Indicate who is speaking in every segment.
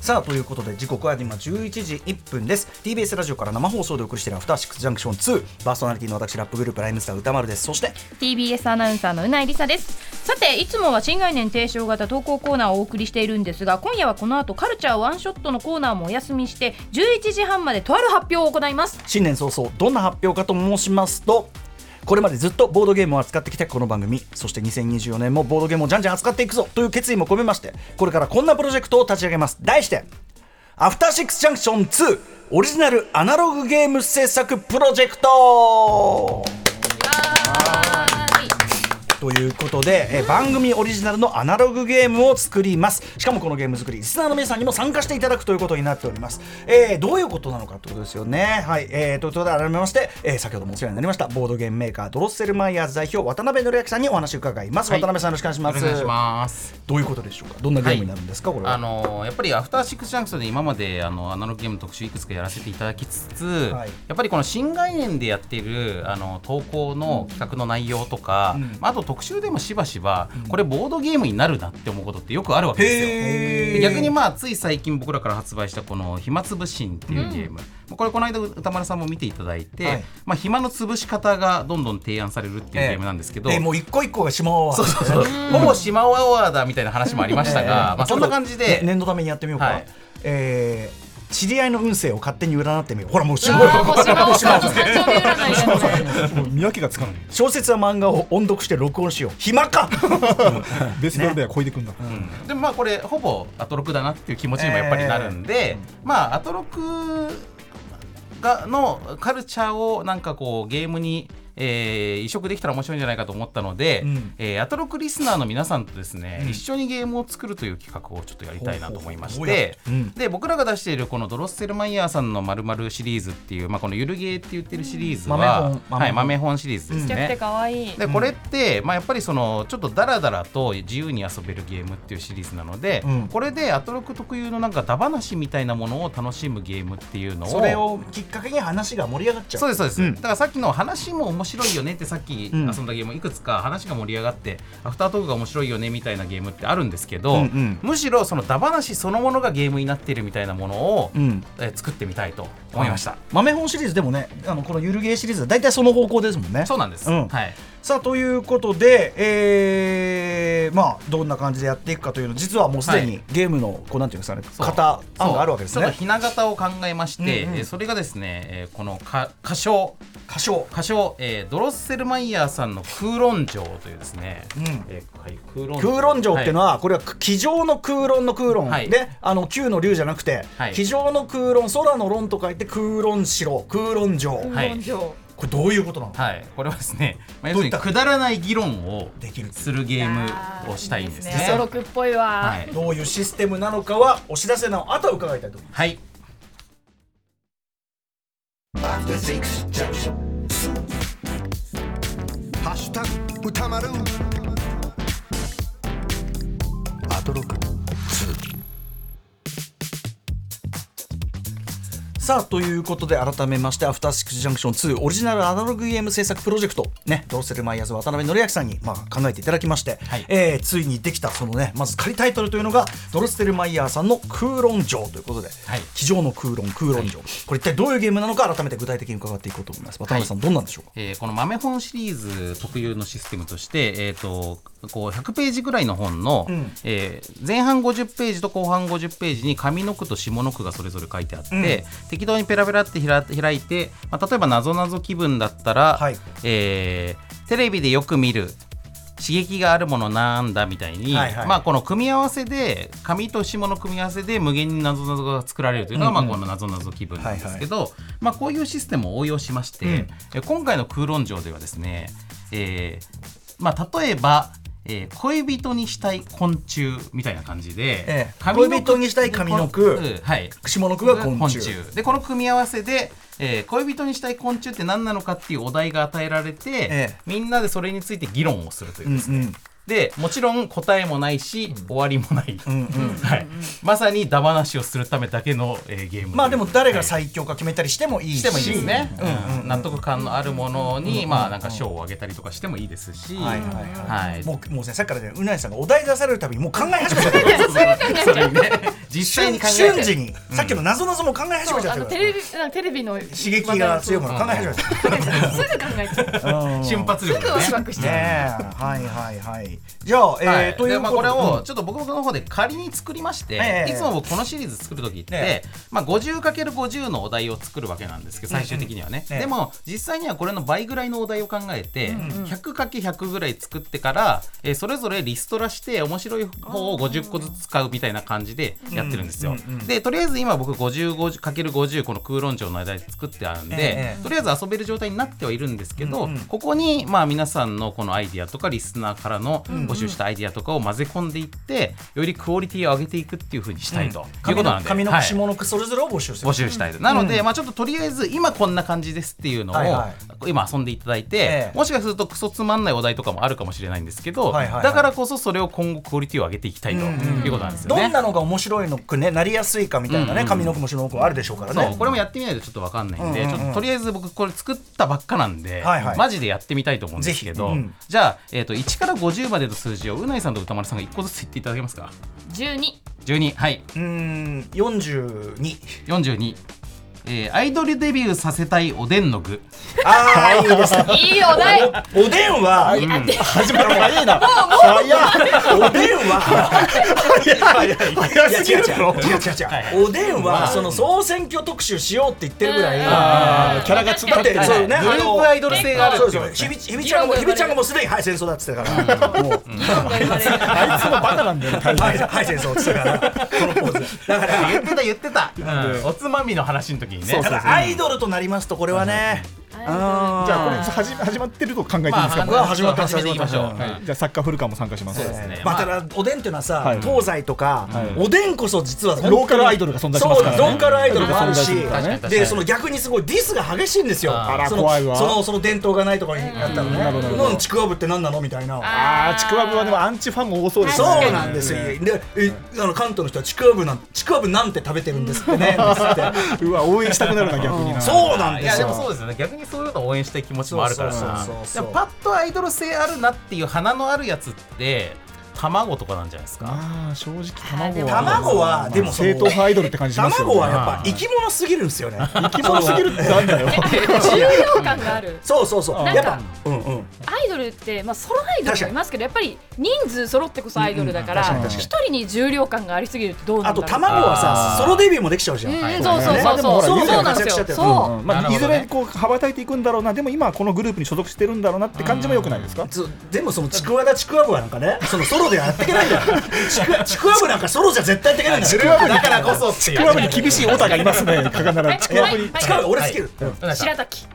Speaker 1: さあということで時刻は今11時1分です TBS ラジオから生放送でお送りしているアフターシックスジャンクション2パーソナリティの私ラップグループライムスター歌丸ですそして
Speaker 2: TBS アナウンサーのうないりさですさていつもは新概念提唱型投稿コーナーをお送りしているんですが今夜はこの後カルチャーワンショットのコーナーもお休みして11時半までとある発表を行います
Speaker 1: 新年早々どんな発表かと申しますとこれまでずっとボードゲームを扱ってきたこの番組そして2024年もボードゲームをじゃんじゃん扱っていくぞという決意も込めましてこれからこんなプロジェクトを立ち上げます題して「アフターシックスジャンクション2オリジナルアナログゲーム制作プロジェクト」ということで、えー番組オリジナルのアナログゲームを作りますしかもこのゲーム作りリスナーの皆さんにも参加していただくということになっております、えーどういうことなのかということですよねはい、えーということで改めまして、えー先ほどもお世話になりましたボードゲームメーカードロッセルマイヤーズ代表渡辺則明さんにお話を伺います、
Speaker 3: はい
Speaker 1: 渡辺さんよろしくお願いします
Speaker 3: お願いします。
Speaker 1: どういうことでしょうかどんなゲームになるんですか、これは
Speaker 3: あのやっぱりアフターシックスジャンクスで今まであのアナログゲームの特集いくつかやらせていただきつつ、
Speaker 1: はい
Speaker 3: やっぱりこの新概念でやっているあの投稿の企画の内容とか、
Speaker 1: うん
Speaker 3: まあ、あと特集でもしばしば、これボードゲームになるなって思うことってよくあるわけですよ。
Speaker 1: へー
Speaker 3: で逆にまあつい最近僕らから発売したこの暇つぶしんっていうゲーム、これこの間歌丸さんも見ていただいて、
Speaker 1: はい
Speaker 3: まあ暇の潰し方がどんどん提案されるっていうゲームなんですけど、
Speaker 1: えーもう一個一個が島は
Speaker 3: そうそうそう。 ほぼシマワワだみたいな話もありましたが、まあそんな感じで。
Speaker 1: 念のためにやってみようか、
Speaker 3: はい
Speaker 1: えー知り合いの運勢を勝手に占ってみようほらもうすごい
Speaker 2: あーもう島尾さんの誕生日占いですね
Speaker 4: もう見分けがつかない
Speaker 1: 小説や漫画を音読して録音しよう暇か
Speaker 4: ベースボールでは超えてくんだ、
Speaker 3: うんでもまあこれほぼアトロクだなっていう気持ちにもやっぱりなるんで、まあアトロクがのカルチャーをなんかこうゲームに、えー移植できたら面白いんじゃないかと思ったので、
Speaker 1: うん
Speaker 3: えーアトロクリスナーの皆さんとですね、一緒にゲームを作るという企画をちょっとやりたいなと思いまし
Speaker 1: ほうほうほう
Speaker 3: て、
Speaker 1: うん
Speaker 3: で僕らが出しているこのドロッセルマイヤーさんのまるまるシリーズっていうまあこのゆるゲーって言ってるシリーズは、
Speaker 1: 豆本豆本
Speaker 3: はい豆本シリーズですね。
Speaker 2: ちっちゃくて可愛い
Speaker 3: でこれって、まあ、やっぱりそのちょっとダラダラと自由に遊べるゲームっていうシリーズなので、
Speaker 1: うん
Speaker 3: これでアトロク特有のなんかダバなしみたいなものを楽しむゲームっていうのを
Speaker 1: それをきっかけに話が盛り上がっちゃ
Speaker 3: そう
Speaker 1: う
Speaker 3: ですそうです、
Speaker 1: うん
Speaker 3: だからさっきの話も面白いよねってさっき遊
Speaker 1: ん
Speaker 3: んだゲームいくつか話が盛り上がって、アフタートークが面白いよねみたいなゲームってあるんですけど、
Speaker 1: うんうん
Speaker 3: むしろそのダバなしそのものがゲームになってるみたいなものを、
Speaker 1: うん
Speaker 3: えー作ってみたいと思いました、
Speaker 1: 豆本シリーズでもねあのこのゆるゲーシリーズは大体その方向ですもんね
Speaker 3: そうなんです、
Speaker 1: うん
Speaker 3: はい
Speaker 1: さあということで、えーまあどんな感じでやっていくかというの実はもうすでに
Speaker 3: は
Speaker 1: ゲームのこうなんていうんですかね
Speaker 3: そう
Speaker 1: 型案があるわけです
Speaker 3: そうちょ
Speaker 1: ね
Speaker 3: っとひな型を考えまして、
Speaker 1: うんうん
Speaker 3: えーそれがですね、えーこのか歌唱
Speaker 1: 歌唱
Speaker 3: 歌唱、えードロッセルマイヤーさんの空論城というですね、
Speaker 1: うん
Speaker 3: えーはい、空論
Speaker 1: 空論城っていうの
Speaker 3: は
Speaker 1: は、これは机上の空論の空論、
Speaker 3: はい
Speaker 1: であの球の龍じゃなくて、
Speaker 3: はい
Speaker 1: 机上の空論空の論と書いて空論城空論城、
Speaker 3: ん
Speaker 2: 空論上
Speaker 1: これどういうことなの、
Speaker 3: はい、はい、これはですね、まあ、要
Speaker 1: どうい
Speaker 3: する
Speaker 1: っ
Speaker 3: に
Speaker 1: た
Speaker 3: くだらない議論を
Speaker 1: できる
Speaker 3: するゲームをしたいんですね
Speaker 2: あーアトロクっぽいわ
Speaker 3: はい、
Speaker 1: どういうシステムなのかはお知らせの後伺いたいと思いま
Speaker 3: はい、
Speaker 5: ハッシュタグ歌丸アトロク
Speaker 1: すさあということで改めまして「アフターシックスジャンクション2オリジナルアナログゲーム制作プロジェクト」ねドロッセルマイヤーズ渡辺則明さんに、まあ、考えていただきまして、
Speaker 3: はい
Speaker 1: えーついにできたそのねまず仮タイトルというのがドロッセルマイヤーさんの「空論城」ということで「
Speaker 3: はい
Speaker 1: 机上の空論空論城」これ一体どういうゲームなのか改めて具体的に伺っていこうと思います渡辺さん、どんなんでしょうか
Speaker 3: えーこの豆本シリーズ特有のシステムとして、えー、とこう100ページぐらいの本の、
Speaker 1: ん
Speaker 3: えー前半50ページと後半50ページに上の句と下の句がそれぞれ書いてあって、適当にペラペラってひら開いて、まあ、例えばなぞなぞ気分だったら、
Speaker 1: はい
Speaker 3: えーテレビでよく見る刺激があるものなんだみたいに、
Speaker 1: はいはい
Speaker 3: まあ、この組み合わせで上と下の組み合わせで無限になぞなぞが作られるというのが、まあ、このなぞなぞ気分なんですけど、まあ、こういうシステムを応用しまして、
Speaker 1: ん
Speaker 3: え今回の空論城ではですね、えーまあ、例えば、えー恋人にしたい昆虫みたいな感じで、
Speaker 1: ええ
Speaker 3: 上の句
Speaker 1: 恋人にしたい上の句
Speaker 3: うんはい、
Speaker 1: 下の句が昆虫
Speaker 3: でこの組み合わせで、えー恋人にしたい昆虫って何なのかっていうお題が与えられて、
Speaker 1: ええ
Speaker 3: みんなでそれについて議論をするというですね、
Speaker 1: うんうん
Speaker 3: でもちろん答えもないし、終わりもない、 はい、まさにダ話をするためだけの、えーゲーム
Speaker 1: まあでも誰が
Speaker 3: はい
Speaker 1: 最強か決めたりしてもいいし
Speaker 3: してもいいですね、
Speaker 1: うんうん
Speaker 3: うん納得感のあるものに、まあなんか賞をあげたりとかしてもいいですし、
Speaker 1: はいはいはい
Speaker 3: はい
Speaker 1: もうもうねさっきからねうなえさんがお題出されるたびにもう考え始めちゃった
Speaker 3: それにね 実際
Speaker 1: 瞬
Speaker 3: に考え
Speaker 1: 瞬
Speaker 3: て
Speaker 1: 時に、さっきの謎々も考え始
Speaker 2: そ
Speaker 1: め
Speaker 2: う
Speaker 1: ちゃっ
Speaker 2: あ
Speaker 1: て
Speaker 2: の
Speaker 1: る
Speaker 2: テレビなんかテレビの刺
Speaker 1: 刺激が強いもの考え始めちゃっ
Speaker 2: すぐ考えちゃう
Speaker 1: たうん
Speaker 3: 瞬発
Speaker 2: す
Speaker 3: 力
Speaker 2: ぐワクワ
Speaker 3: ね。
Speaker 2: クし
Speaker 1: ね
Speaker 2: ちゃう
Speaker 1: えはいはいはいじゃあ、えー
Speaker 3: はい、
Speaker 1: とい
Speaker 3: で
Speaker 1: う
Speaker 3: まあ、
Speaker 1: こと
Speaker 3: こ
Speaker 1: で
Speaker 3: れをちょっと僕の方で仮に作りまして、
Speaker 1: ええ
Speaker 3: いつも僕このシリーズ作る時って、
Speaker 1: え
Speaker 3: まあ、50×50 のお題を作るわけなんですけど最終的にはね、
Speaker 1: うんうんええ
Speaker 3: でも実際にはこれの倍ぐらいのお題を考えて、
Speaker 2: ん
Speaker 3: 100×100 ぐらい作ってから、えーそれぞれリストラして面白い方を50個ずつ使うみたいな感じでやってるんですよ、
Speaker 1: うんうんうん
Speaker 3: でとりあえず今僕 50×50 この空論調のお題作ってあるんで、
Speaker 1: ええ
Speaker 3: とりあえず遊べる状態になってはいるんですけど、
Speaker 1: うんうん
Speaker 3: ここにまあ皆さんのこのアイディアとかリスナーからの募集したアイディアとかを混ぜ込んでいってよりクオリティを上げていくっていうふうにしたいと、いう
Speaker 1: 紙
Speaker 3: ことな
Speaker 1: の
Speaker 3: んで
Speaker 1: 紙の
Speaker 3: はい
Speaker 1: 下の句それぞれを募集する、
Speaker 3: 募集したいと、なので、まあ、ちょっととりあえず今こんな感じですっていうのを、
Speaker 1: はいは
Speaker 3: 今遊んでいただいて、
Speaker 1: ええ
Speaker 3: もしかするとクソつまんないお題とかもあるかもしれないんですけ
Speaker 1: は
Speaker 3: ど、
Speaker 1: いはいはい
Speaker 3: だからこそそれを今後クオリティを上げていきたいということなんですよ
Speaker 1: ど
Speaker 3: ね。
Speaker 1: んなのが面白いのくねなりやすいかみたいなね、
Speaker 3: うんうん
Speaker 1: 紙の句も下の句もあるでしょうから
Speaker 3: そ
Speaker 1: ね
Speaker 3: うこれもやってみないとちょっとわかんないんで、
Speaker 1: うんうんうん
Speaker 3: ちょっととりあえず僕これ作ったばっかなんで、
Speaker 1: はいはい
Speaker 3: マジでやってみたいと思うんですけど、
Speaker 1: ぜひうん
Speaker 3: じゃあ、えー、と1から50までの数字をうないさんと歌丸さんが1個ずつ言っていただけますか
Speaker 2: 12
Speaker 3: 12はいう
Speaker 1: ーん42
Speaker 3: 42、えーアイドルデビューさせたいおでんの具
Speaker 1: ああいいですね
Speaker 2: いいお題もう
Speaker 1: おでんは、
Speaker 4: 始まる早いな
Speaker 2: もう
Speaker 1: おでんは、いや違う違う違う違
Speaker 3: は
Speaker 1: う違う、おでんはその総選挙特集しようって言ってるぐらい、
Speaker 2: うん
Speaker 1: だ
Speaker 4: キャラがつな
Speaker 1: っ
Speaker 4: って
Speaker 1: て
Speaker 4: る
Speaker 1: そうね、
Speaker 3: グループアイドル性がある
Speaker 1: そ
Speaker 3: っ
Speaker 1: う
Speaker 3: ていう
Speaker 1: そう、
Speaker 3: ことです
Speaker 1: ひ
Speaker 3: ね
Speaker 1: びひびちゃんも
Speaker 2: 議
Speaker 1: ひび
Speaker 2: 論が生まれる
Speaker 1: ちゃんがもうすでにはい戦争だっつってたから、もう
Speaker 4: あいつもバカなんだよね
Speaker 1: はいはい戦争っつってた から、このポーズ。だから
Speaker 3: 言ってた言ってた、うんおつまみの話の時にね
Speaker 1: だからアイドルとなりますとこれはね、あ
Speaker 4: じゃあこれ始ま始まってると考えていいですか、
Speaker 1: うわ始まった
Speaker 3: 始めていきましょう、はい
Speaker 4: じゃあ作家古川も参加します
Speaker 3: そうですね
Speaker 1: まあ、ただおでんっていうのはさ、
Speaker 4: はい
Speaker 1: 東西とか、
Speaker 4: はい
Speaker 1: おでんこそ実は本当に
Speaker 4: ローカルアイドルが存在しますからね
Speaker 1: そうローカルアイドルがあるし、
Speaker 4: ローカルアイドルが
Speaker 3: ね確
Speaker 4: 存在するから
Speaker 3: かに
Speaker 1: でその逆にすごいディスが激しいんですよ
Speaker 3: あ
Speaker 4: ら
Speaker 1: その
Speaker 4: 怖いわ
Speaker 1: そのその伝統がないとかにやったら
Speaker 4: うんなるほ
Speaker 1: ね
Speaker 4: どなる
Speaker 1: う
Speaker 4: ほど
Speaker 1: んちくわぶって何なのみたいな
Speaker 4: ああちくわぶはでもアンチファンも多そうです
Speaker 1: そ
Speaker 4: ね
Speaker 1: うなんですよでえあの関東の人はちくわぶなんちくわぶなんて食べてるんですって ねつって
Speaker 4: うわ応援したくなるな逆にな
Speaker 1: そうなん
Speaker 3: い
Speaker 1: で
Speaker 3: や
Speaker 1: す
Speaker 3: で
Speaker 1: よ
Speaker 3: もそうですよね逆にそういうのを応援したい気持ちもあるからな
Speaker 1: そうそうそうそう
Speaker 3: でもパッとアイドル性あるなっていう花のあるやつって卵とかなんじゃないですか
Speaker 4: ああ正直卵は
Speaker 1: 卵はでもその
Speaker 4: 正統派アイドルって感じしますよね
Speaker 1: 卵はやっぱ生き物すぎるんですよね生き物すぎる
Speaker 4: ってなんだよ
Speaker 6: 重量感がある
Speaker 1: そうそうそう
Speaker 6: なんか
Speaker 1: やっぱうんうん
Speaker 6: アイドルって、まあ、ソロアイドルもいますけどやっぱり人数揃ってこそアイドルだから
Speaker 1: うんうん確
Speaker 6: 一、人に重量感がありすぎるとどうな
Speaker 1: あ
Speaker 6: ん
Speaker 1: と
Speaker 6: だろう
Speaker 1: 卵はさ
Speaker 3: あー
Speaker 1: ソロデビューもできちゃうじゃ、
Speaker 6: うんん、
Speaker 3: は
Speaker 6: う
Speaker 3: い
Speaker 6: ん、そうそう
Speaker 4: ま
Speaker 6: そ
Speaker 4: あ
Speaker 6: う
Speaker 4: でもほ
Speaker 6: そうそう
Speaker 4: ら言う
Speaker 1: 活躍
Speaker 6: そうなんです
Speaker 4: じゃん
Speaker 1: しちゃって
Speaker 6: よ
Speaker 1: る
Speaker 6: そう、
Speaker 4: ま
Speaker 3: なるほど
Speaker 4: あ、
Speaker 3: ね
Speaker 4: いずれこう羽ばたいていくんだろうなでも今このグループに所属してるんだろうなって感じもよくないですか
Speaker 1: つでもそのちくわだちくわぶはなんかねそのソロではやっていけないんだよちくわちくわぶなんかソロじゃ絶対できないんだよ
Speaker 3: だからこそっていう
Speaker 4: ちくわぶに厳しいオタがいますねかかならちくわぶに
Speaker 1: ちくわぶ俺好きる、
Speaker 6: 白滝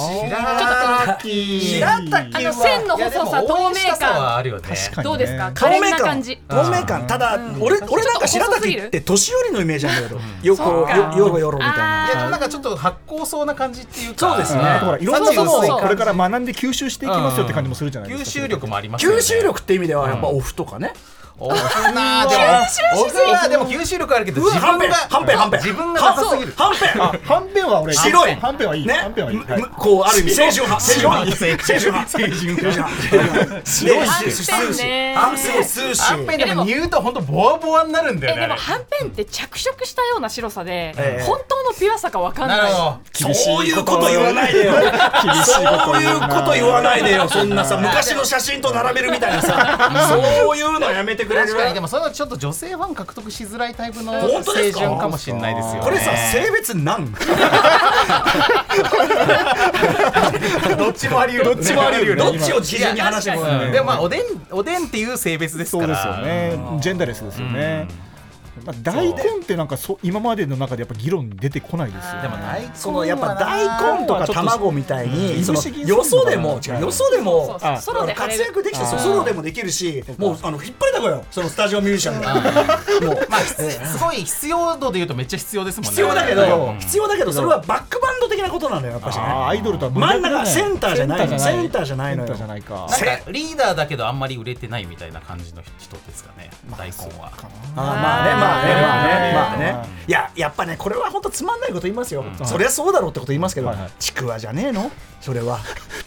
Speaker 3: 白滝
Speaker 1: 白滝
Speaker 6: あの線の細さ透明感
Speaker 3: あるよね
Speaker 4: 確かに
Speaker 6: どうですか可
Speaker 1: 透
Speaker 6: 憐
Speaker 1: 明
Speaker 6: な
Speaker 1: 感
Speaker 6: 感じ
Speaker 1: 透明感ただ、俺俺なんか白滝って年寄りのイメージなんだけどよこ
Speaker 6: そうか
Speaker 1: よよろよろみたい
Speaker 3: い
Speaker 1: な
Speaker 3: やでもなんかちょっと発酵そうな感じっていうか
Speaker 1: そうですね
Speaker 4: あとほらいろんなも
Speaker 6: そうそう
Speaker 4: の
Speaker 6: そ
Speaker 4: を
Speaker 6: う
Speaker 4: これから学んで吸収していきますよって感じもするじゃないで
Speaker 3: 吸
Speaker 4: すか
Speaker 3: 収力もありますよね
Speaker 1: 吸収力って意味ではやっぱオフとかね、
Speaker 3: おふなでもおふなでも吸収力あるけど
Speaker 1: うわ
Speaker 3: 自
Speaker 1: はん
Speaker 3: 分
Speaker 1: ぺん
Speaker 3: が
Speaker 1: はんぺんはんぺん
Speaker 3: 自分がなさすぎる
Speaker 1: はんぺんはん
Speaker 4: あはんぺんは俺
Speaker 1: ぺん白い
Speaker 4: はんぺんはいい
Speaker 1: ね
Speaker 4: はんぺんはいいはい
Speaker 1: むこうある意味青春派青春派青春派青春派白い
Speaker 6: はんぺんね
Speaker 1: はんぺんスーシ
Speaker 3: はんぺん
Speaker 1: ー
Speaker 3: でも言うと本当ボワボワになるんだよ
Speaker 6: え
Speaker 3: ね
Speaker 6: でもはんぺんって着色したような白さで、
Speaker 1: ええ
Speaker 6: 本当のピュアさかわかん
Speaker 3: な
Speaker 6: な
Speaker 3: る
Speaker 6: い
Speaker 3: ほど
Speaker 1: そういうこと言わないでよ
Speaker 4: 厳しいこと
Speaker 1: そういうこと言わないでよそんなさ昔の写真と並べるみたいなさそういうのやめてくれる
Speaker 3: 確かにでもそれはちょっと女性ファン獲得しづらいタイプの青
Speaker 1: 本当です
Speaker 3: 春
Speaker 1: か
Speaker 3: かもしれないですよね。
Speaker 1: これさ性別 なん
Speaker 3: どっちもあり得る。
Speaker 4: どっちもあり得る
Speaker 1: どっちを基準に話してもらう
Speaker 3: うんでもまあおでんおでんっていう性別です
Speaker 4: そ
Speaker 3: か
Speaker 4: うで
Speaker 3: ら。
Speaker 4: すよ。ねジェンダーレスですよねまあ大根ってなんかそう今までの中でやっぱ議論に出てこないですよね
Speaker 3: でも大根は
Speaker 1: そのやっぱ大根とか卵みたいにそのよそでも違うよそでも
Speaker 6: そうそうソロで晴
Speaker 1: 活
Speaker 6: れる
Speaker 1: 躍できてソロでもできるしもうあの引っ張りだこよそのスタジオミュージシャンがもう
Speaker 3: まあひつすごい必要度で言うとめっちゃ必要ですもんね。
Speaker 1: 必要だけ
Speaker 3: う
Speaker 1: ど
Speaker 3: ん
Speaker 1: 必要だけどそれはバックバンド的なことなんだよやっぱしね
Speaker 4: あーアイドルとは
Speaker 1: 真ん中センターじゃないの
Speaker 4: セ
Speaker 1: セ
Speaker 4: ン
Speaker 1: ンタ
Speaker 4: タ
Speaker 1: ー
Speaker 4: ー
Speaker 1: じ
Speaker 4: じ
Speaker 1: ゃ
Speaker 4: ゃ
Speaker 1: な
Speaker 4: ないい
Speaker 1: の
Speaker 4: の
Speaker 1: よ
Speaker 4: よセンターじゃないか
Speaker 3: なんかリーダーだけどあんまり売れてないみたいな感じの人ですかね。大根は。
Speaker 1: あーまあねまあねまあね
Speaker 4: うん
Speaker 1: まあねいややっぱねこれは本当つまんないこと言いますよ、そりゃそうだろうってこと言いますけど、
Speaker 4: はいはい
Speaker 1: ちくわじゃねえのそれは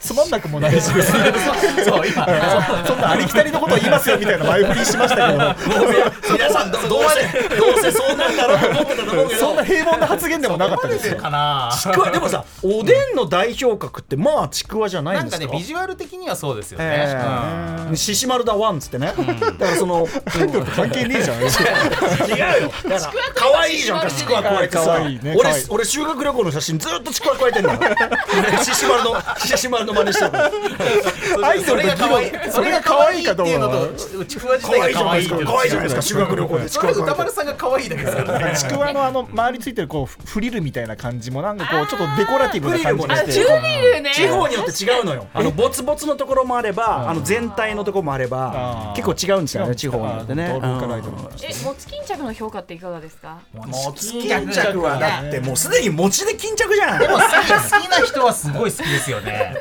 Speaker 4: つまんなくもないし別に
Speaker 3: そう今
Speaker 4: そそんなありきたりのことを言いますよみたいな前振りしましたけど
Speaker 1: 皆さんどどうせどうせそうなんだろうと思ってたと思うけ
Speaker 4: そん
Speaker 1: ど
Speaker 4: な平凡な発言でもなかったです
Speaker 3: そう
Speaker 4: よ
Speaker 3: かな
Speaker 1: ちくわでもさおでんの代表格ってまあちくわじゃない
Speaker 3: なんん
Speaker 1: で
Speaker 3: か
Speaker 1: すか
Speaker 3: ねビジュアル的にはそうですよね、
Speaker 1: え
Speaker 3: うん
Speaker 1: え獅子丸だワンっつってね、だからその
Speaker 4: タイトルと関係ねえ じゃん
Speaker 1: 違うよだから可愛いじゃんかちくわ加えてさ、
Speaker 4: 可愛いね可
Speaker 1: 俺
Speaker 4: 愛い
Speaker 1: 俺修学旅行の写真ずっとちくわ加えてんだから俺獅子丸の獅子丸の真似してるから
Speaker 4: アイド
Speaker 3: そ
Speaker 4: ル
Speaker 3: れ
Speaker 4: の
Speaker 3: が
Speaker 4: 議
Speaker 3: 可愛い
Speaker 4: 論それが可愛いかどう
Speaker 3: っていうの
Speaker 4: か
Speaker 3: とちちくわ自
Speaker 1: 可愛い
Speaker 3: 体が
Speaker 1: じゃ
Speaker 3: 可
Speaker 1: ないで
Speaker 3: 愛いっ
Speaker 1: す
Speaker 3: て
Speaker 1: か
Speaker 3: いう
Speaker 1: 可愛いじゃないですか修学旅行でち
Speaker 3: そ
Speaker 1: く
Speaker 3: れ
Speaker 1: わ加
Speaker 3: 歌
Speaker 1: え
Speaker 3: 丸
Speaker 1: て
Speaker 3: さんが可愛いだけですからね
Speaker 4: ちくわのあの周りついてるこうフリルみたいな感じもなんかこうちょっとデコラティブな感じが
Speaker 6: あ
Speaker 4: し
Speaker 6: チュ
Speaker 4: て
Speaker 6: ーリルね
Speaker 1: 地方によって違うのよあのボツボツのところもあればあの全体のところもあれば
Speaker 4: あー
Speaker 1: 結構違うんですよね地方によってね
Speaker 4: あーどうかないと
Speaker 1: うん
Speaker 4: 思いま
Speaker 6: えもつ巾着の評価っていかがですか
Speaker 3: もう
Speaker 1: 巾着はだってもうすでに餅で巾着じゃん
Speaker 3: でも好き好きな人はすごい好きですよね。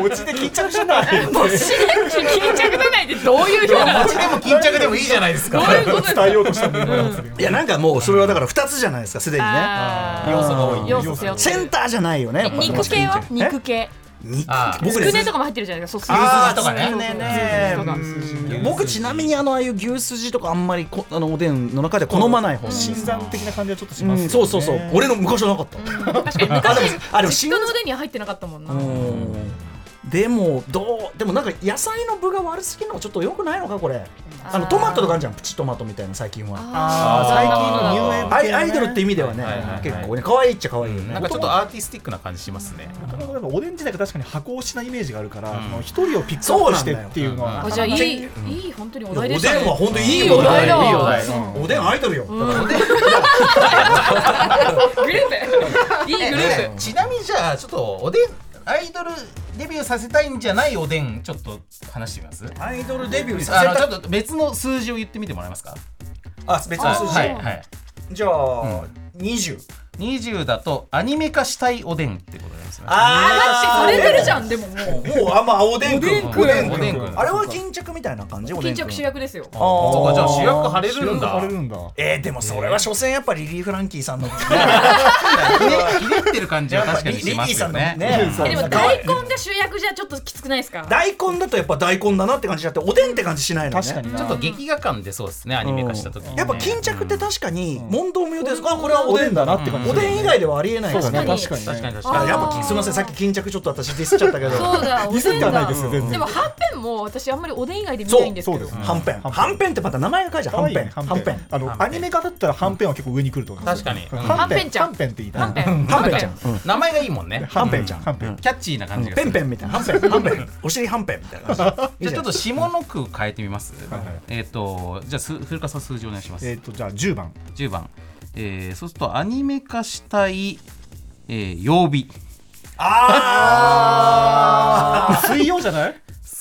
Speaker 4: おちで緊張しない
Speaker 6: もうし巾着出ないってどういう評価
Speaker 3: 餅でも巾着でもいいじゃないですか。
Speaker 4: 伝えようとしたんだ今なんですけど
Speaker 1: いやなんかもうそれはだから2つじゃないですかすでにね
Speaker 6: あー
Speaker 3: 要素が多い
Speaker 6: 要素背負って
Speaker 1: セン
Speaker 6: る
Speaker 1: ターじゃないよねやっぱ
Speaker 6: 肉系は
Speaker 1: え
Speaker 6: 肉系
Speaker 1: 肉
Speaker 3: あー
Speaker 1: 僕
Speaker 6: つ
Speaker 1: ね
Speaker 6: くねとかも入ってるじゃないですかそう
Speaker 3: あーとかね
Speaker 6: そうそうそう
Speaker 1: ね
Speaker 6: そうそうそう
Speaker 1: 僕ちなみにあのああいう牛すじとかあんまりこあのおでんの中で好まない方
Speaker 4: 診断的な感じはちょっとし
Speaker 1: う
Speaker 4: ますよ
Speaker 1: ん
Speaker 4: ね
Speaker 1: そうそうそう俺の昔はなかった
Speaker 6: 確かに昔
Speaker 1: あでも
Speaker 6: 実家の腕には入ってなかったもんな
Speaker 1: でもどうでもなんか野菜の分が悪すぎるのがちょっと良くないのかこれあの
Speaker 6: あー
Speaker 1: トマトとかあるじゃんプチトマトみたいな最近は
Speaker 4: あー最近のニューウェーブ
Speaker 1: ア
Speaker 4: 系
Speaker 1: イ
Speaker 4: ね
Speaker 1: アイドルって意味ではね
Speaker 3: はいはいはい
Speaker 1: 結構ね可愛いっちゃ可愛いよ
Speaker 3: な
Speaker 1: ね
Speaker 3: んかちょっとアーティスティックな感じしますね。
Speaker 4: 元々やっぱおでん自体が確かに箱押しなイメージがあるから
Speaker 3: うん
Speaker 4: その一人をピックアップしてっていうのは
Speaker 6: あじゃあいいいい本当にお
Speaker 1: いやお
Speaker 6: 題
Speaker 1: で
Speaker 6: でしたね
Speaker 1: んは本当にいい
Speaker 6: いい
Speaker 1: よ
Speaker 6: お題だ
Speaker 3: いいお題
Speaker 1: おでんアイドルよ
Speaker 6: グループいいグループ
Speaker 3: ちなみにじゃあちょっとおでんアイドルデビューさせたいんじゃないおでんちょっと話してみます。
Speaker 1: アイドルデビューさ
Speaker 3: あ
Speaker 1: せ
Speaker 3: の
Speaker 1: た
Speaker 3: ち
Speaker 1: い
Speaker 3: ょっと別の数字を言ってみてもらえますか。
Speaker 1: あ別の数字
Speaker 3: はいはい。
Speaker 1: じゃあ20
Speaker 3: 20だとアニメ化したいおでんってことですね。
Speaker 1: あ
Speaker 6: されてるじゃんでももう
Speaker 1: もうあんまおでんくん
Speaker 3: おでんくん
Speaker 1: おでんく
Speaker 3: おでんく
Speaker 1: ん
Speaker 3: ん
Speaker 1: あれは巾着みたいな感じおでん
Speaker 6: 巾
Speaker 1: くん
Speaker 6: 着主役ですよ
Speaker 1: あー
Speaker 3: そうかじゃあ主役張れ
Speaker 4: 主
Speaker 3: るん
Speaker 4: 役
Speaker 3: だ
Speaker 4: 貼れ。るんだ
Speaker 1: えーでもそれは所詮やっぱリリー・フランキーさんの
Speaker 3: ひねひねってる感じは確かに
Speaker 1: リリ
Speaker 3: し
Speaker 1: ー
Speaker 3: ま
Speaker 1: ー
Speaker 3: す
Speaker 1: さ
Speaker 3: よ
Speaker 1: んの
Speaker 3: ね。
Speaker 1: ね
Speaker 4: そう
Speaker 6: えでも大根が主役じゃちょっときつくないですか
Speaker 1: 大根だとやっぱ大根だなって感じだっておでんって感じしないのね
Speaker 4: 確かにな
Speaker 3: ちょっと劇画感でそうですねアニメ化した時にね。
Speaker 1: やっぱ巾着って確かに問答無用ですあこれはおでんだな
Speaker 4: って感
Speaker 1: おでん以外ではありえないで
Speaker 4: そ
Speaker 1: す
Speaker 4: うだ
Speaker 1: ね
Speaker 4: ね確かに
Speaker 3: 確かに
Speaker 4: ね
Speaker 3: 確
Speaker 1: あ
Speaker 3: かに。
Speaker 1: やっぱすみませんさっき巾着ちょっと私ディスっちゃったけど
Speaker 6: そうだお
Speaker 4: ミス
Speaker 6: でん
Speaker 4: ってはない
Speaker 6: だ
Speaker 4: ですよ全
Speaker 6: で
Speaker 4: 然
Speaker 6: もはんぺんも私あんまりおでん以外で見
Speaker 1: そう
Speaker 6: ないんですけ
Speaker 4: そう
Speaker 6: ど
Speaker 4: ですね
Speaker 1: はんぺんはんぺんってまた名前が書いてある
Speaker 4: 可
Speaker 1: は
Speaker 4: 愛
Speaker 1: ん
Speaker 4: い
Speaker 1: ぺん
Speaker 4: ね
Speaker 1: はんぺん
Speaker 4: あのアニメ化だったらはんぺんは結構上に来ると思います
Speaker 3: 確かに
Speaker 4: はんぺ
Speaker 6: はんぺ
Speaker 4: ん
Speaker 6: んちゃん
Speaker 4: はんぺんって言いたい
Speaker 6: はんぺん
Speaker 1: はんぺんちゃん
Speaker 3: 名前がいいもんね。
Speaker 1: はんぺんちゃん
Speaker 4: はんぺん
Speaker 3: キャッチーな感じがす
Speaker 1: ぺ
Speaker 3: る。
Speaker 1: んぺんみたいなはんぺんはんぺんお尻はんぺんみたいな感じ
Speaker 3: じゃあちょっと下の句変えてみます
Speaker 4: はいはい。
Speaker 3: えっとじゃあす古川さん数字お願いしま
Speaker 4: え
Speaker 3: す
Speaker 4: っ。とじゃあ10番
Speaker 3: 10番。えーそうするとアニメ化したいえー曜日。
Speaker 1: あ
Speaker 4: 水曜じゃない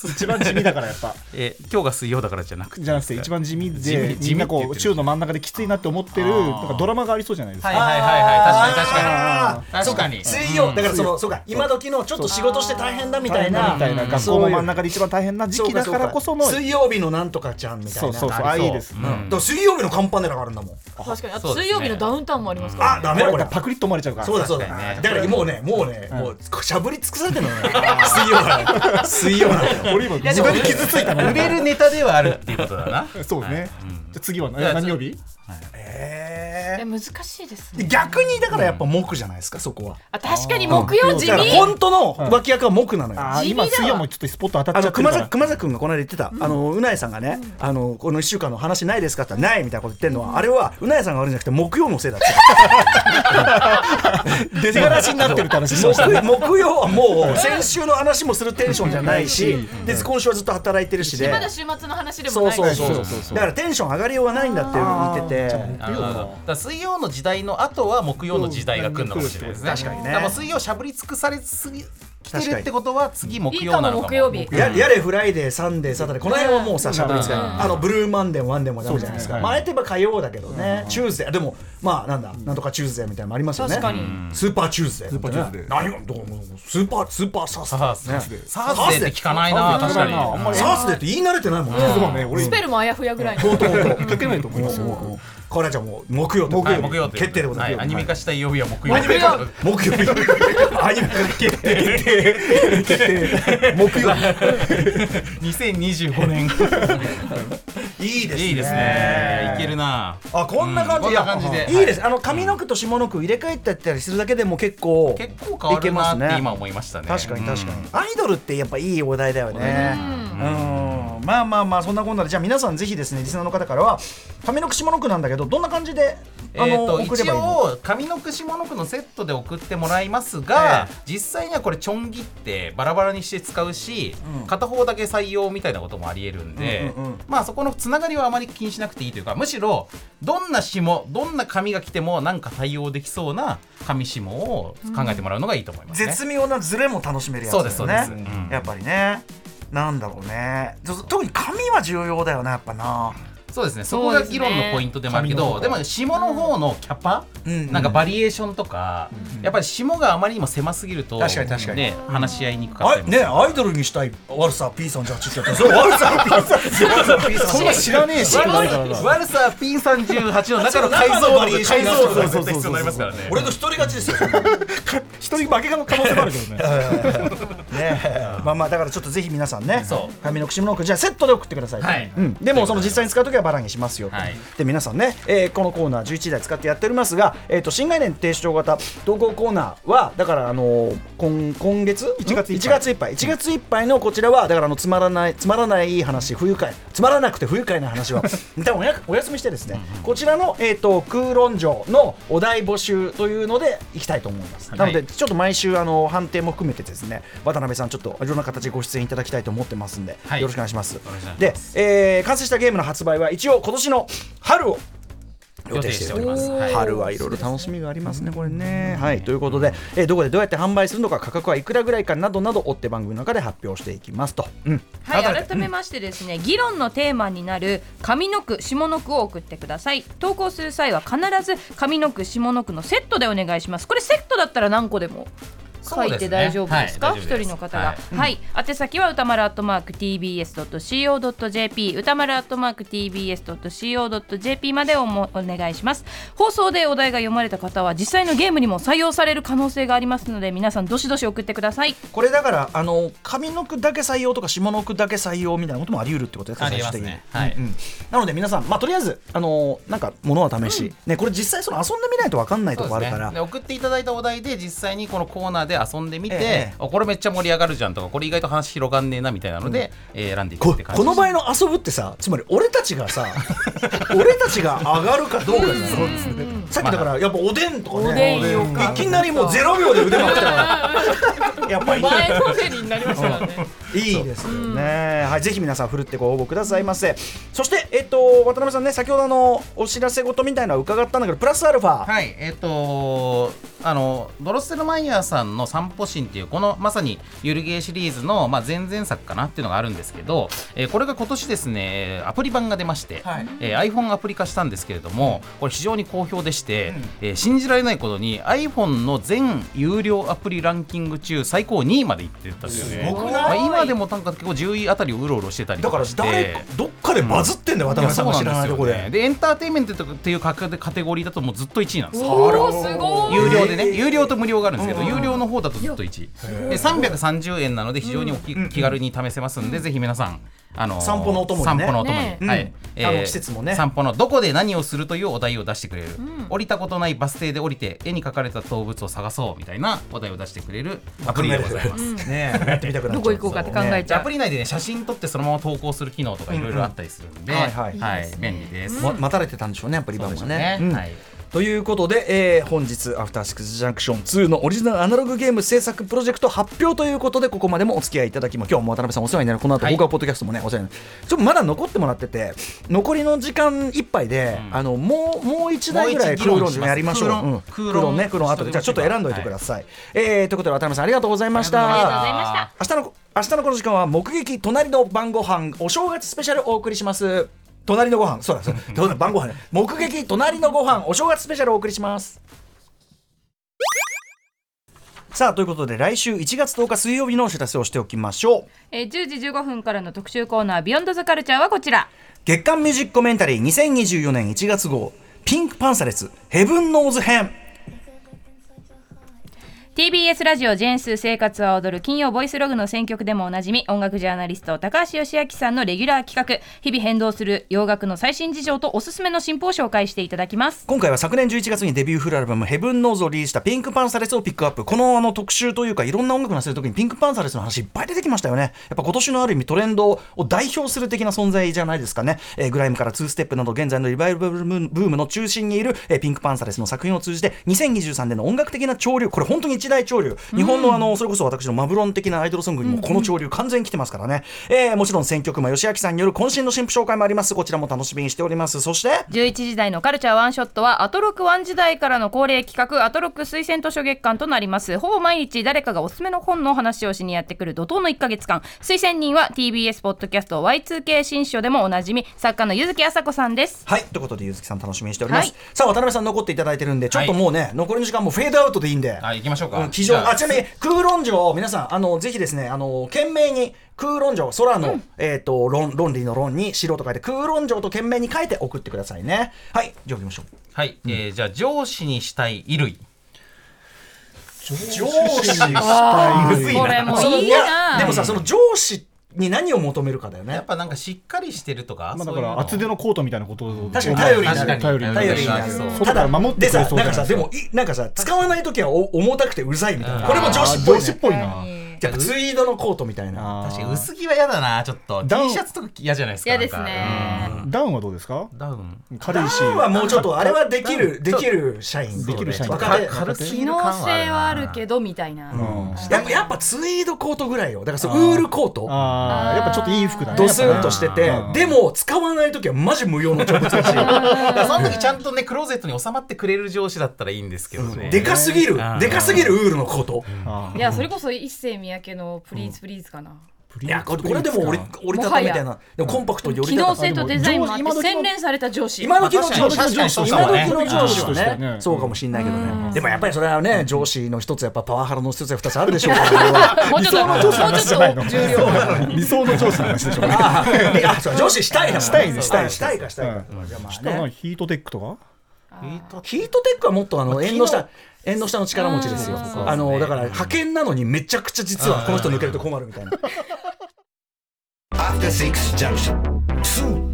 Speaker 4: 一番地味だからやっぱ
Speaker 3: えー今日が水曜だからじゃなくて。
Speaker 4: じゃなくて一番地味
Speaker 3: 地味地
Speaker 4: で
Speaker 3: 味
Speaker 4: みんな
Speaker 3: って言
Speaker 4: こ
Speaker 3: って
Speaker 4: う
Speaker 3: る
Speaker 4: 中の真ん中できついなって思ってる
Speaker 3: あー
Speaker 4: なんかドラマがありそうじゃないです
Speaker 3: はい
Speaker 4: か
Speaker 3: はいはいはい確かに確かに。確かに。
Speaker 1: 水曜だからそのそうか今時のちょっと仕事して大変だみたいな
Speaker 4: みたいな学校も真ん中で一番大変な時期だからこその
Speaker 1: そうかそうか
Speaker 4: そう
Speaker 1: 水曜日のなんとかちゃんみたいな
Speaker 4: そうそう
Speaker 3: そう
Speaker 4: あいいです
Speaker 1: うんだから水曜日のカンパネラがあるんだもん
Speaker 6: 確かにあ
Speaker 3: そ
Speaker 6: と
Speaker 3: うです
Speaker 6: 水
Speaker 3: ね
Speaker 6: 曜日のダウンタウンもありますから
Speaker 1: あダメだこ
Speaker 4: これ
Speaker 1: れ
Speaker 4: パクリと思われちゃうから
Speaker 1: そうだそうだ
Speaker 3: 確かにね
Speaker 1: だからもうねもうねもうしゃぶり尽くされてるのよ水曜なの水曜なのよ
Speaker 4: 俺今自
Speaker 3: でも
Speaker 4: 分で傷ついたの
Speaker 3: 売れるネタではあるっていうことだな。
Speaker 4: そうねじゃあ次は
Speaker 3: や
Speaker 4: 何何曜日
Speaker 1: え
Speaker 6: え難しいです
Speaker 1: ー
Speaker 6: ね
Speaker 1: 逆にだからやっぱ木じゃないですかそこは
Speaker 6: あ確かに木曜地
Speaker 1: だから
Speaker 6: 味
Speaker 1: 本当の脇役は木なのよ
Speaker 4: あー
Speaker 6: 地味だわ
Speaker 4: 今水曜もちょっとスポット当た
Speaker 1: あ
Speaker 4: っちゃ
Speaker 1: の
Speaker 4: ってる
Speaker 1: 熊
Speaker 4: か
Speaker 1: 崎
Speaker 4: ら
Speaker 1: 熊崎君がこの間言ってた、あのうなえさんがね、あのこの1週間の話ないですかって言ったらないみたいなこと言ってるのは、あれはうなえさんが悪いんじゃなくて木曜のせいだって
Speaker 4: 出がらしになってるって話しましたね
Speaker 1: 木木曜はもう先週の話もするテンションじゃないし、で今週はずっと働いてるしで
Speaker 6: まだ週末の話でも
Speaker 1: そう
Speaker 6: ない
Speaker 1: そう
Speaker 4: そう
Speaker 1: そ
Speaker 4: そう
Speaker 1: う
Speaker 4: そう
Speaker 1: そうだからテンション上がりようがないんだって言ってて
Speaker 3: なるほどだから水曜の時代の後は木曜の時代が来るのかもしれないですね。
Speaker 1: 確かにね
Speaker 3: だらもう水曜しゃぶり尽くされすぎ来
Speaker 1: かに
Speaker 3: てるってことは次木
Speaker 6: いい
Speaker 3: 曜
Speaker 6: か
Speaker 3: なの
Speaker 6: も
Speaker 3: かも。
Speaker 6: 木曜日
Speaker 1: ややれフライデーサンデーサタデーこの辺はもうさしゃべりつか
Speaker 3: うん
Speaker 1: ないあのブルーマンデーワンデーもダメじゃないですか
Speaker 4: そうですね
Speaker 1: まああえて言えば火曜だけどねチューズデーでもまあなんだなんとかチューズデーみたいなのもありますよね
Speaker 6: 確かに
Speaker 1: スーパーチューズデースーパーチューズデー何がどうもスーパースーパーサースデ
Speaker 3: サー
Speaker 1: ー
Speaker 3: スデー。サースデーって聞かないな、確かに。
Speaker 4: あんまり
Speaker 1: サースデーって言い慣れてないもんね
Speaker 4: そうね俺
Speaker 6: スペルもあやふやぐらいの
Speaker 1: 本当本当
Speaker 4: かけないと思いますよ
Speaker 1: かこれはじゃあもう木曜と
Speaker 4: 木曜
Speaker 3: はい、木曜ということ
Speaker 1: 決定でございます、
Speaker 3: はいアニメ化した曜日は木曜
Speaker 1: アニメ化木曜日アニメ化決定決定
Speaker 4: 木曜日
Speaker 3: 2025年
Speaker 1: いいですね
Speaker 3: いいですねいけるな
Speaker 1: あこんな感じ、
Speaker 3: うん
Speaker 1: いや
Speaker 3: こんな感じで
Speaker 1: いいですあの上の句と下の句入れ替えてったりするだけでも結構
Speaker 3: 結構変わるなって今思いましたね
Speaker 1: 確かに確かに、
Speaker 3: うん
Speaker 1: アイドルってやっぱいいお題だよねうんまあまあまあそんなこんなでじゃあ皆さんぜひですねリスナーの方からは上の句下の句なんだけどどんな感じであの、
Speaker 3: えー、と
Speaker 1: 送ればいいの
Speaker 3: 一応上の句下の句のセットで送ってもらいますが、実際にはこれちょん切ってバラバラにして使うし、
Speaker 1: うん
Speaker 3: 片方だけ採用みたいなこともありえるんで、
Speaker 1: うんうんうん
Speaker 3: まあそこのつながりはあまり気にしなくていいというかむしろどんな下どんな紙が来てもなんか対応できそうな紙下を考えてもらうのがいいと思いますね。
Speaker 1: 絶妙なズレも楽しめるやつだ
Speaker 3: そ
Speaker 1: よ
Speaker 3: う
Speaker 1: ね
Speaker 3: ですそうです、うん
Speaker 1: やっぱりねなんだろうねちょ特に紙は重要だよなやっぱな
Speaker 3: そうですねそこが議論のポイントでもあるけどで,、も下の方のキャパ、
Speaker 1: うん
Speaker 3: なんかバリエーションとか、やっぱり下があまりにも狭すぎると
Speaker 1: 確かに確かに
Speaker 3: ね、話し合いにくかっ
Speaker 1: あ
Speaker 3: たりも
Speaker 1: ねアイドルにしたい悪さ P さんじゃあちょっとやってそれ悪さ P さん
Speaker 4: そんな知らねえし
Speaker 3: 悪さは P38 の中の解像度で解像度が絶対必要になりますからね。
Speaker 1: 俺の一人勝ちですよ
Speaker 4: 一人負けの可能性もあるけどね
Speaker 1: ねえまあまあだからちょっとぜひ皆さんね
Speaker 3: そ
Speaker 1: 紙の口の奥じゃあセットで送ってください、
Speaker 3: はい
Speaker 1: うん、でもその実際に使う時はバラにしますよと、
Speaker 3: はい
Speaker 1: で皆さんね、えーこのコーナー11台使ってやっておりますが、えー、と新概念提唱型投稿コーナーはだからあのー今今月1
Speaker 4: 月いっぱい
Speaker 1: 1月いっぱい1月いっぱいのこちらはだからあのつまらないつまらない話不愉快つまらなくて不愉快な話 は一旦おやお休みしてですねこちらの、えー、と空論城のお題募集というのでいきたいと思います、
Speaker 3: はい
Speaker 1: なのでちょっと毎週あの判定も含めてですね渡辺さんちょっといろんな形でご出演いただきたいと思ってますんで、
Speaker 3: はい
Speaker 1: よろしくお願いします
Speaker 3: ろしくお願いし
Speaker 1: で、えー完成したゲームの発売は一応今年の春を予
Speaker 3: 予
Speaker 1: 定
Speaker 3: 定
Speaker 1: し
Speaker 3: してて
Speaker 1: お
Speaker 3: お
Speaker 1: り
Speaker 3: り
Speaker 1: ま
Speaker 3: ますす。はい
Speaker 1: 春はいろいろ楽しみがありますね、これね。はいということで、えーどこでどうやって販売するのか、価格はいくらぐらいかなどなど、追って番組の中で発表していきますと。うん、
Speaker 2: はい、
Speaker 1: 改めて
Speaker 2: 改めましてですね、議論のテーマになる上の句、下の句を送ってください。投稿する際は必ず上の句、下の句のセットでお願いします。これセットだったら何個でも。書
Speaker 3: そう
Speaker 2: い
Speaker 3: です
Speaker 2: て
Speaker 3: ね
Speaker 2: 大丈夫ですか
Speaker 3: はい
Speaker 2: 一、
Speaker 3: 大丈夫です
Speaker 2: 人の方が、はい、宛先は歌丸アットマーク tbs.co.jp 歌丸アットマーク tbs.co.jp までおもお願いします放送でお題が読まれた方は実際のゲームにも採用される可能性がありますので皆さんどしどし送ってください
Speaker 1: これだから、あの上の句だけ採用とか、下の句だけ採用みたいなこともあり得るってことですか
Speaker 3: ありますね。
Speaker 1: 最
Speaker 3: は
Speaker 1: 終
Speaker 3: い
Speaker 1: 的に。うんなので皆さん、まあ、とりあえず、あのなんか、ものは試し、ね、これ実際、その遊んでみないと分かんないと
Speaker 3: そう
Speaker 1: ころある
Speaker 3: です
Speaker 1: か
Speaker 3: ね
Speaker 1: ら、
Speaker 3: で送っていただいたお題で実際にこのコーナーで遊んでみて、
Speaker 1: ええ
Speaker 3: あこれめっちゃ盛り上がるじゃんとかこれ意外と話広がんねえなみたいなので、えー選んでいく
Speaker 1: こ
Speaker 3: って感じ
Speaker 1: この場合の遊ぶってさつまり俺たちが さ俺たちが上がるかどうかですよさっきだからやっぱおでんとかねいきなりもう0秒で腕まくったからやっぱり
Speaker 6: 前のめりになりましたからね。
Speaker 1: いいですよね、はい、ぜひ皆さんふるってご応募くださいませそして、えっと、渡辺さんね先ほどあのお知らせ事みたいなのは伺ったんだけどプラスアルファ、
Speaker 3: はい、えっ、とあのドロッセルマイヤーさんの「散歩神」っていうこのまさにゆるゲーシリーズの、まあ、前々作かなっていうのがあるんですけど、えーこれが今年ですねアプリ版が出まして、えー iPhone アプリ化したんですけれどもこれ非常に好評でして、えー信じられないことに iPhone の全有料アプリランキング中最高2位までいってたんですよね。まあ今でもなんか結構10位あたりをうろうろしてたり
Speaker 1: だ
Speaker 3: と
Speaker 1: から
Speaker 3: かして
Speaker 1: 誰どっかでバズってんだよ、渡辺さんが知らないとこ
Speaker 3: いやそうなん
Speaker 1: で。
Speaker 3: ですよねでエンターテインメントっていうカテカテゴリーだともうずっと1位なんですよ
Speaker 6: おおすごい。
Speaker 3: 有料でね、有料と無料があるんですけど、有料の方だとずっと1で330円なので非常におき気軽に試せますんで、ぜひ皆さんあのー
Speaker 1: 散歩のお供にね
Speaker 3: 散歩のお供に
Speaker 6: ね
Speaker 3: は
Speaker 1: うん
Speaker 3: いえー
Speaker 1: あの季節もね
Speaker 3: 散歩のどこで何をするというお題を出してくれる降りたことないバス停で降りて絵に描かれた動物を探そうみたいなお題を出してくれるアプリでございます
Speaker 1: ねえやってみたくなっちゃう
Speaker 2: どこ行こうかって考えち
Speaker 3: じゃあ
Speaker 2: ゃ
Speaker 3: ア
Speaker 2: う
Speaker 3: プリ内でね写真撮ってそのまま投稿する機能とかいろいろあったりするんで、
Speaker 1: うんうんはいはい
Speaker 3: はい便利です。
Speaker 1: ま待たれてたんでしょうねやっぱり
Speaker 3: そ
Speaker 1: 今
Speaker 3: う
Speaker 1: も
Speaker 3: でしょう
Speaker 1: ね。うん
Speaker 3: はい
Speaker 1: ということで、えー本日「アフターシックスジャンクション2」のオリジナルアナログゲーム制作プロジェクト発表ということでここまでもお付き合いいただきも今日も渡辺さんお世話になるこの後、
Speaker 3: はい
Speaker 1: 僕はポッドキャストもねお世話になるちょっとまだ残ってもらってて残りの時間いっぱいで、
Speaker 3: うん
Speaker 1: あのもうもう一台ぐらい
Speaker 3: もう一
Speaker 1: 空論
Speaker 3: 議論し
Speaker 1: 順
Speaker 3: ます
Speaker 1: やりましょう
Speaker 3: 空論
Speaker 1: うん
Speaker 3: 空論
Speaker 1: 空論ね空論後でじゃあちょっと選んどいてください、えーということで渡辺さんありがとうございました
Speaker 3: ありがとうございました
Speaker 6: ありがとうございました。
Speaker 1: 明日の明日のこの時間は目撃隣の晩ご飯お正月スペシャルお送りします隣のご飯そうだそうだそうだ晩ご飯ね目撃隣のご飯お正月スペシャルお送りしますさあということで来週1月10日水曜日のお知らせをしておきましょう
Speaker 2: えー、10時15分からの特集コーナー「ビヨンドザカルチャーはこちら
Speaker 1: 月刊ミュージックコメンタリー2024年1月号ピンクパンサレスヘブンノーズ編
Speaker 2: TBS ラジオジェンス生活は踊る金曜ボイスログの選曲でもおなじみ音楽ジャーナリスト高橋義明さんのレギュラー企画日々変動する洋楽の最新事情とおすすめの新譜を紹介していただきます
Speaker 1: 今回は昨年11月にデビューフルアルバム「ヘブンノーズをリリースしたピンクパンサレスをピックアップこのあの特集というかいろんな音楽のせる時にピンクパンサレスの話いっぱい出てきましたよねやっぱ今年のある意味トレンドを代表する的な存在じゃないですかね、えーグライムから2ステップなど現在のリバイバルブームの中心にいる、えーピンクパンサレスの作品を通じて2023年の音楽的な潮流これ本当に一大潮流日本のあのそれこそ私のマブロン的なアイドルソングにもこの潮流完全に来てますからね、えーもちろん選曲も吉明さんによる渾身の新譜紹介もありますこちらも楽しみにしておりますそして
Speaker 2: 11時台のカルチャーワンショットはアトロックワン時代からの恒例企画アトロック推薦図書月間となりますほぼ毎日誰かがおすすめの本の話をしにやってくる怒涛の1ヶ月間推薦人は TBS ポッドキャスト Y2K 新書でもおなじみ作家の柚木麻子さんです
Speaker 1: はい、ということで、ゆずきさん楽しみにしております。
Speaker 2: はい
Speaker 1: さあ、渡辺さん残っていただいてるんで、ちょっともうね、残りの時間もフェードアウトでいいんで。
Speaker 3: はい行きましょうか
Speaker 1: ん机上
Speaker 3: じゃあ
Speaker 1: あ、ちなみに、空論城を皆さん、あの、ぜひですね、あの、懸命に。空論城、空の、えっ、と、論、論理の論に、素人書いて、空論城と懸命に書いて送ってくださいね。はい、じゃあ、行きましょう。
Speaker 3: はい、えーじゃあ上司にしたい衣類
Speaker 1: 上司は。
Speaker 3: むずい
Speaker 2: これ
Speaker 3: な
Speaker 2: も
Speaker 1: その
Speaker 2: いいな
Speaker 1: でもさ、その上司に何を求めるかだよね。
Speaker 3: やっぱなんかしっかりしてるとか、
Speaker 4: まあ、だ
Speaker 3: そう
Speaker 4: か
Speaker 3: いうの
Speaker 4: ら厚手のコートみたいなことを
Speaker 1: 確かに頼りにな
Speaker 3: 確か
Speaker 1: る
Speaker 3: に
Speaker 4: 頼りになる
Speaker 1: 頼りになる
Speaker 3: そう
Speaker 4: 外から守って
Speaker 1: で
Speaker 4: くれ
Speaker 1: さ
Speaker 4: そう
Speaker 1: なん
Speaker 4: じゃ
Speaker 1: か
Speaker 4: な
Speaker 1: さで
Speaker 4: い
Speaker 1: すもいなんかさ使わない時はお重たくてうざいみたいなこれも上司っぽ
Speaker 4: 上
Speaker 1: い
Speaker 4: 司っ
Speaker 1: ね
Speaker 4: ぽいな
Speaker 1: やっぱツイードのコートみたいな
Speaker 4: あ
Speaker 3: 確かに
Speaker 4: ー
Speaker 3: 薄着は嫌だなちょっと T
Speaker 4: ダウン
Speaker 3: シャツとか嫌じゃないですか
Speaker 6: 嫌です
Speaker 3: なんか
Speaker 6: ね
Speaker 4: ダウンはどうですか
Speaker 3: うんダウン
Speaker 4: 軽いし
Speaker 1: はもうちょっとあれはできる
Speaker 3: ち
Speaker 1: で
Speaker 3: ょっと
Speaker 1: きる社員
Speaker 4: できる社員
Speaker 1: 若手
Speaker 3: 軽すぎ
Speaker 6: 機
Speaker 3: る
Speaker 6: 能
Speaker 3: 感
Speaker 6: 性はある
Speaker 3: ど
Speaker 6: けどみたいな、
Speaker 4: うん
Speaker 1: やっぱやっぱツイードコートぐらいよだからそのウールコート
Speaker 4: あーやっぱちょっといい服だね
Speaker 1: ドスンとしてて
Speaker 4: うん
Speaker 1: でも使わない時はマジ無用の長物だし
Speaker 3: だからその時ちゃんとねクローゼットに収まってくれる上司だったらいいんですけどね
Speaker 1: でかすぎる
Speaker 3: うん
Speaker 1: でかすぎるウールのコート
Speaker 4: あ
Speaker 6: いやそれこそ一世三宅の「プリーズプリーズ」かな、
Speaker 1: いやこれこれでも折り折りたたみたいなでもコンパクトに折
Speaker 6: 機
Speaker 1: りた
Speaker 6: 能
Speaker 1: たみ
Speaker 6: 性とデザインもあっ
Speaker 4: でも
Speaker 6: て
Speaker 4: 上司
Speaker 6: 洗練された上司
Speaker 1: 今時の
Speaker 3: 確
Speaker 1: 上
Speaker 3: かに
Speaker 1: 司
Speaker 3: 確かにそうか
Speaker 1: 今
Speaker 3: もね
Speaker 1: 時の上司
Speaker 4: そう
Speaker 1: は
Speaker 4: だ
Speaker 1: ね
Speaker 4: ね
Speaker 1: そうかもしれないけどねでもやっぱりそれはね上司の一つやっぱパワハラの一つや二つあるでしょうからこれは
Speaker 6: もうちょっともうちょっと重量
Speaker 4: 理想の上司の話でしょ
Speaker 1: ああであそう上司したいな
Speaker 4: したいねしたい
Speaker 1: したいかしたいか
Speaker 4: う
Speaker 1: じゃあまあ
Speaker 4: 下
Speaker 1: ね
Speaker 4: はヒートテックとか
Speaker 1: ヒートテックはもっとあの縁の下縁の下の力持ちですよ。
Speaker 3: う
Speaker 1: あのだから派遣なのにめちゃくちゃ実はこの人抜けると困るみたいな。
Speaker 5: アフターシックスジャンクション2